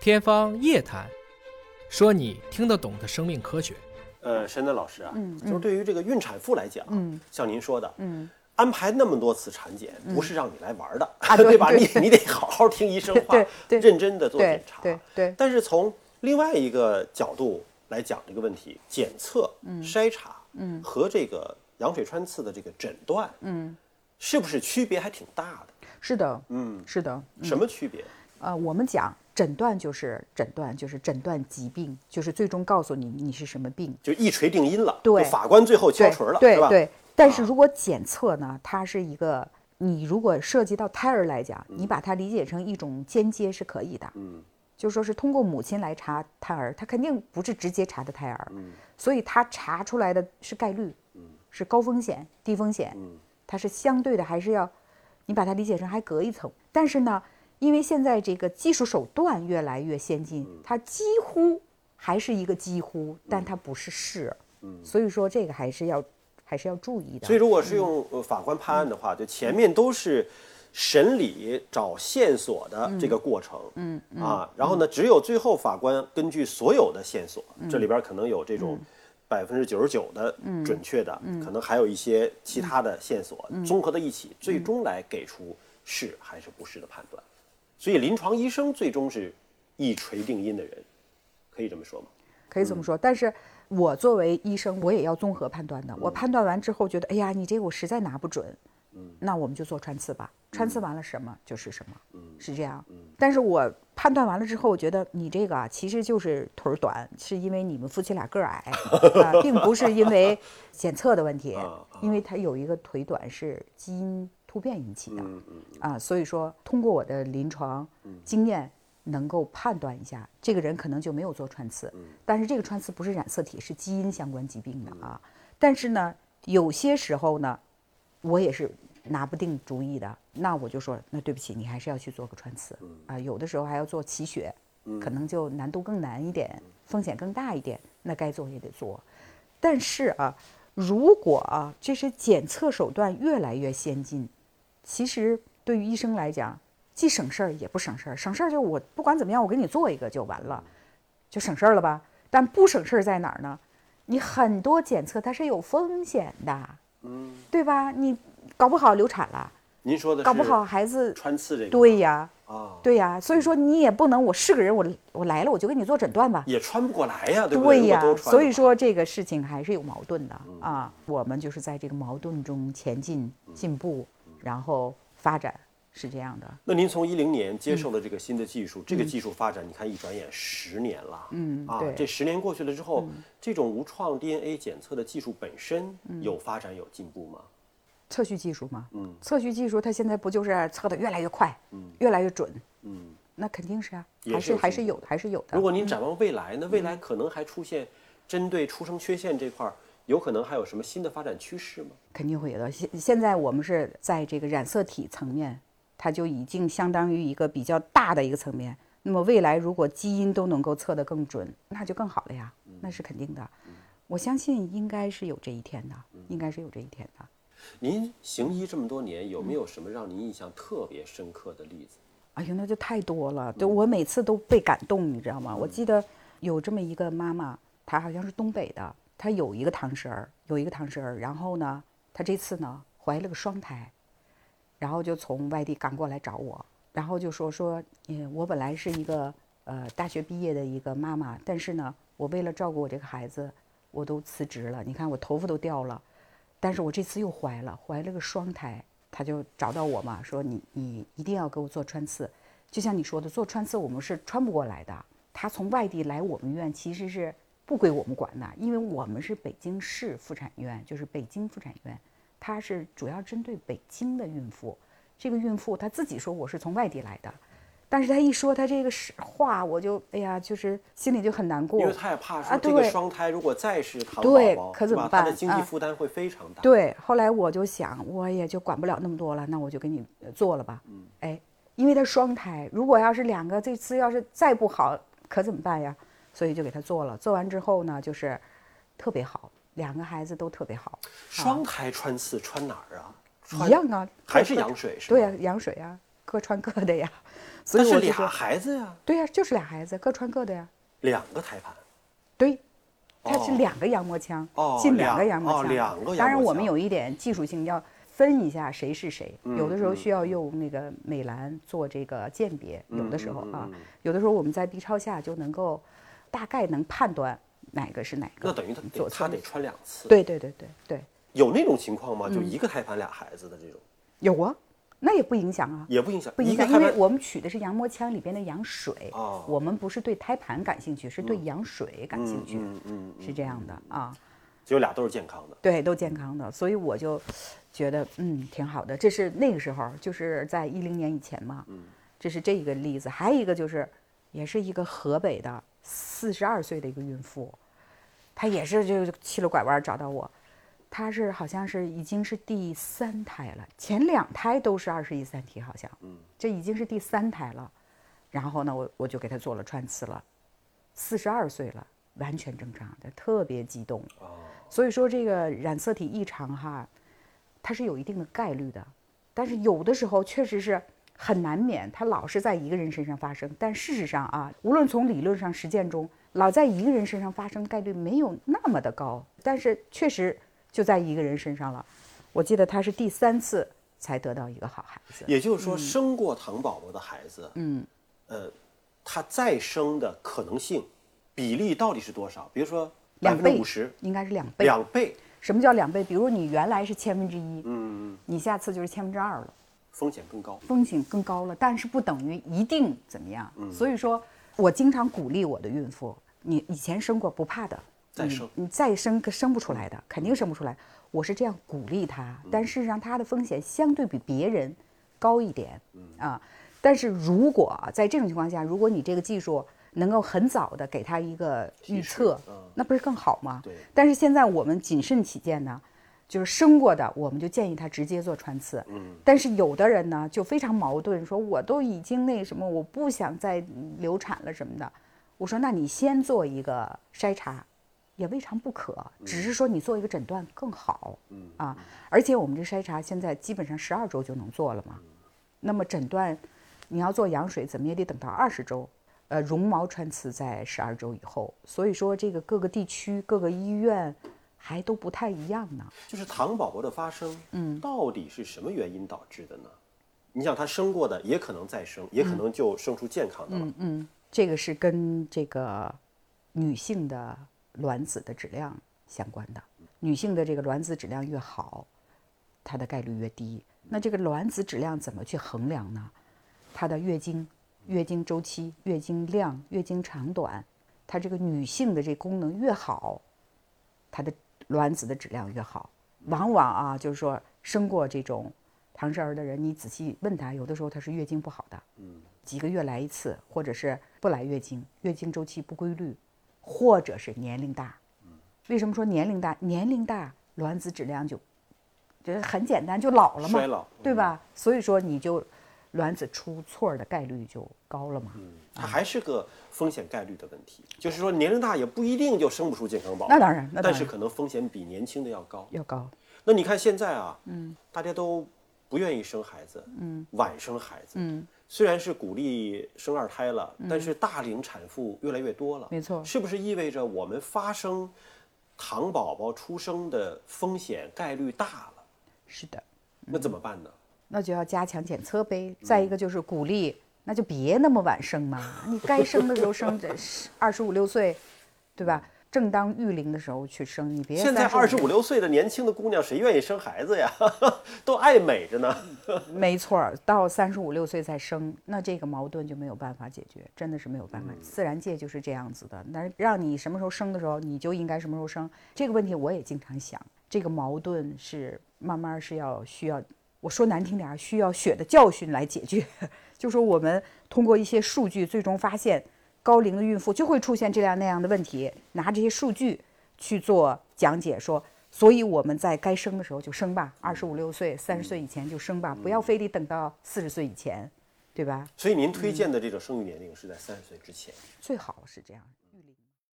天方夜谭，说你听得懂的生命科学。呃，深圳老师啊，嗯就是对于这个孕产妇来讲，啊嗯像您说的，嗯，安排那么多次产检，不是让你来玩的，啊对对吧？对你你得好好听医生话对，对认真的做检对查。对对，但是从另外一个角度来讲这个问题，检测、筛查，嗯，和这个羊水穿刺的这个诊断，嗯，是不是区别还挺大的？是的，嗯，是的，什么区别？呃，我们讲诊断就是诊断，就是诊断疾病，就是最终告诉你你是什么病。就一锤定音了，对就法官最后敲对锤了，对是吧？对。但是啊如果检测呢，它是一个，你如果涉及到胎儿来讲，你把它理解成一种间接是可以的，嗯就说是通过母亲来查胎儿，它肯定不是直接查的胎儿，嗯所以它查出来的是概率，是高风险、低风险，嗯它是相对的，还是要你把它理解成还隔一层。但是呢，因为现在这个技术手段越来越先进，它几乎还是一个几乎，但它不是是，嗯。所以说这个还是要还是要注意所以的。如果是用呃法官判案的嗯话，就前面都是审理找线索的这个过程，嗯啊，然后呢，只有最后法官根据所有的线索，嗯这里边可能有这种。百分之九十九的准确的，嗯可能还有一些其他的线索，综合在一起，最终来给出是还是不是的判断。所以临床医生最终是一锤定音的人，可以这么说吗？可以这嗯么说，但是我作为医生，我也要综合判断的。嗯我判断完之后觉得，哎呀，你这个我实在拿不准，那我们就做穿刺吧。嗯穿刺完了什么就是什么，是这样。但是我判断完了之后，我觉得你这个啊其实就是腿儿短，是因为你们夫妻俩个 儿矮啊，并不是因为检测的问题啊啊，因为它有一个腿短是基因突变引起的。嗯嗯啊，所以说通过我的临床经验，能够判断一下这个人可能就没有做穿刺，但是这个穿刺不是染色体，是基因相关疾病的啊。但是呢，有些时候呢，我也是拿不定主意的，那我就说，那对不起，你还是要去做个穿刺啊。有的时候还要做脐血，可能就难度更难一点，风险更大一点，那该做也得做。但是啊，如果啊，这些检测手段越来越先进，其实对于医生来讲，既省事儿也不省事儿。省事儿就是我不管怎么样，我给你做一个就完了，就省事儿了吧？但不省事儿在哪儿呢？你很多检测它是有风险的，嗯，对吧？你搞不好流产了，您说的是搞不好孩子，穿刺这个对呀，啊，对呀。所以说你也不能，我是个人，我我来了我就给你做诊断吧。也穿不过来呀，对不对如果呀、都穿的所以话说这个事情还是有矛盾的嗯啊。我们就是在这个矛盾中前进、进步，然后发展，是这样的。那您从一零年接受了这个新的技术，这个技术发展，你看一转眼十年了，嗯啊对，嗯这十年过去了之后，这种无创 DNA 检测的技术本身有发展有进步吗？测序技术嘛，嗯测序技术它现在不就是测得越来越快，越来越准，嗯，那肯定是啊，也还是有是还是进步有还是有的。如果您展望未来嗯呢，未来可能还出现针对出生缺陷这块儿，有可能还有什么新的发展趋势吗？肯定会有的。现现在我们是在这个染色体层面，它就已经相当于一个比较大的一个层面。那么未来如果基因都能够测得更准，那就更好了呀，嗯那是肯定的。我相信应该是有这一天的，嗯应该是有这一天的。您行医这么多年，有没有什么让您印象特别深刻的例子？哎呦，那就太多了，对我每次都被感动，你知道吗？我记得有这么一个妈妈，她好像是东北的，她有一个堂侄儿，有一个堂侄儿，然后呢，她这次呢怀了个双胎，然后就从外地赶过来找我，然后就说说，嗯，我本来是一个呃大学毕业的一个妈妈，但是呢，我为了照顾我这个孩子，我都辞职了，你看我头发都掉了，但是我这次又怀了，怀了个双胎，他就找到我嘛，说你你一定要给我做穿刺，就像你说的，做穿刺我们是穿不过来的。他从外地来我们医院其实是不归我们管的，因为我们是北京市妇产医院，就是北京妇产医院，它是主要针对北京的孕妇。这个孕妇她自己说我是从外地来的，但是她一说她这个是话，我就哎呀，就是心里就很难过。因为他也怕说啊这个对双胎如果再是糖宝宝，对可是怎么吧他的办经济啊负担会非常大。对，后来我就想，我也就管不了那么多了，那我就给你呃做了吧。嗯，哎，因为他双胎，如果要是两个，这次要是再不好，可怎么办呀？所以就给他做了。做完之后呢，就是特别好，两个孩子都特别好，双胎穿刺穿哪儿啊？一样啊，还是羊水是吧？ 对呀、羊水啊，各穿各的呀。所但以是我就俩说，孩子呀，对呀、就是俩孩子，各穿各的呀。两个胎盘，对，它是哦两个羊膜腔，哦进两个两羊膜哦腔，两个羊当然，膜我腔们有一点技术性要分一下谁是谁，嗯有的时候需要用那个美兰做这个鉴别，有的时候嗯啊，有的时候我们在 B 超下就能够大概能判断哪个是哪个。那等于他得嗯左他侧得穿两次。对嗯对对对对，有那种情况吗？就一个胎盘俩孩子的这种，有啊，那也不影响啊。也不影响。不影一个响，胎因为盘我们取的是羊膜腔里边的羊水，哦我们不是对胎盘感兴趣，是对羊水感兴趣，嗯嗯，是这样的啊。结果俩都是健康的。对，都健康的，所以我就觉得嗯挺好的。这是那个时候，就是在一零年以前嘛。这是这一个例子，还有一个就是，也是一个河北的四十二岁的一个孕妇，她也是就七了拐弯儿找到我，她是好像是已经是第三胎了，前两胎都是二十一三体，好像，这已经是第三胎了。然后呢，我我就给她做了穿刺了，四十二岁了，完全正常的，特别激动。所以说这个染色体异常哈，它是有一定的概率的，但是有的时候确实是很难免，它老是在一个人身上发生。但事实上啊，无论从理论上、实践中，老在一个人身上发生概率没有那么的高，但是确实就在一个人身上了。我记得他是第三次才得到一个好孩子，也就是说，生过糖宝宝的孩子，嗯，呃，他再生的可能性比例到底是多少？比如说百两分之倍五十，应该是两倍。两倍什么叫两倍？比如你原来是千分之一，嗯，你下次就是千分之二了。风险更高。风险更高了，但是不等于一定怎么样。所以说，我经常鼓励我的孕妇，你以前生过不怕的，再生你你再生可生不出来的，肯定生不出来。我是这样鼓励她，但事实上她的风险相对比别人高一点啊。但是如果啊在这种情况下，如果你这个技术能够很早的给她一个预测提示嗯，那不是更好吗？对但是现在我们谨慎起见呢，就是生过的，我们就建议他直接做穿刺。嗯，但是有的人呢就非常矛盾，说我都已经那什么，我不想再流产了什么的。我说那你先做一个筛查，也未尝不可，只是说你做一个诊断更好。嗯啊，而且我们这筛查现在基本上十二周就能做了嘛。那么诊断，你要做羊水，怎么也得等到二十周。呃，绒毛穿刺在十二周以后，所以说这个各个地区、各个医院还都不太一样呢。就是糖宝宝的发生，嗯，到底是什么原因导致的呢？你想，他生过的也可能再生，也可能就生出健康的嗯了。这个是跟这个女性的卵子的质量相关的。女性的这个卵子质量越好，它的概率越低。那这个卵子质量怎么去衡量呢？她的月经、月经周期、月经量、月经长短，她这个女性的这功能越好，她的卵子的质量越好。往往啊，就是说生过这种唐氏儿的人，你仔细问他，有的时候他是月经不好的，几个月来一次，或者是不来月经，月经周期不规律，或者是年龄大。为什么说年龄大？年龄大，卵子质量就，这很简单，就老了嘛，衰老对吧？所以说你就卵子出错儿的概率就高了嘛。它还是个风险概率的问题，就是说年龄大也不一定就生不出健康宝宝。那当然那当但然是可能风险比年轻的要高。要高，那你看现在啊，嗯，大家都不愿意生孩子，嗯，晚生孩子，嗯，虽然是鼓励生二胎了，但是大龄产妇越来越多了，没错是不是意味着我们发生糖宝宝出生的风险概率大了？是的，那怎么办呢？那就要加强检测呗。再一个就是鼓嗯励，那就别那么晚生嘛，你该生的时候生，这二十五六岁，对吧？正当育龄的时候去生，你别现在35二十五六岁的年轻的姑娘，谁愿意生孩子呀？ 都爱美着呢。没错儿，到三十五六岁再生，那这个矛盾就没有办法解决，真的是没有办法。自然界就是这样子的，那让你什么时候生的时候，你就应该什么时候生。这个问题我也经常想，这个矛盾是慢慢是要需要，我说难听点儿，需要血的教训来解决。就说我们通过一些数据，最终发现高龄的孕妇就会出现这样那样的问题，拿这些数据去做讲解说。所以我们在该生的时候就生吧，二十五六岁、三十岁以前就生吧，不要非得等到四十岁以前，对吧？嗯所以您推荐的这种生育年龄是在三十岁之前。最好是这样。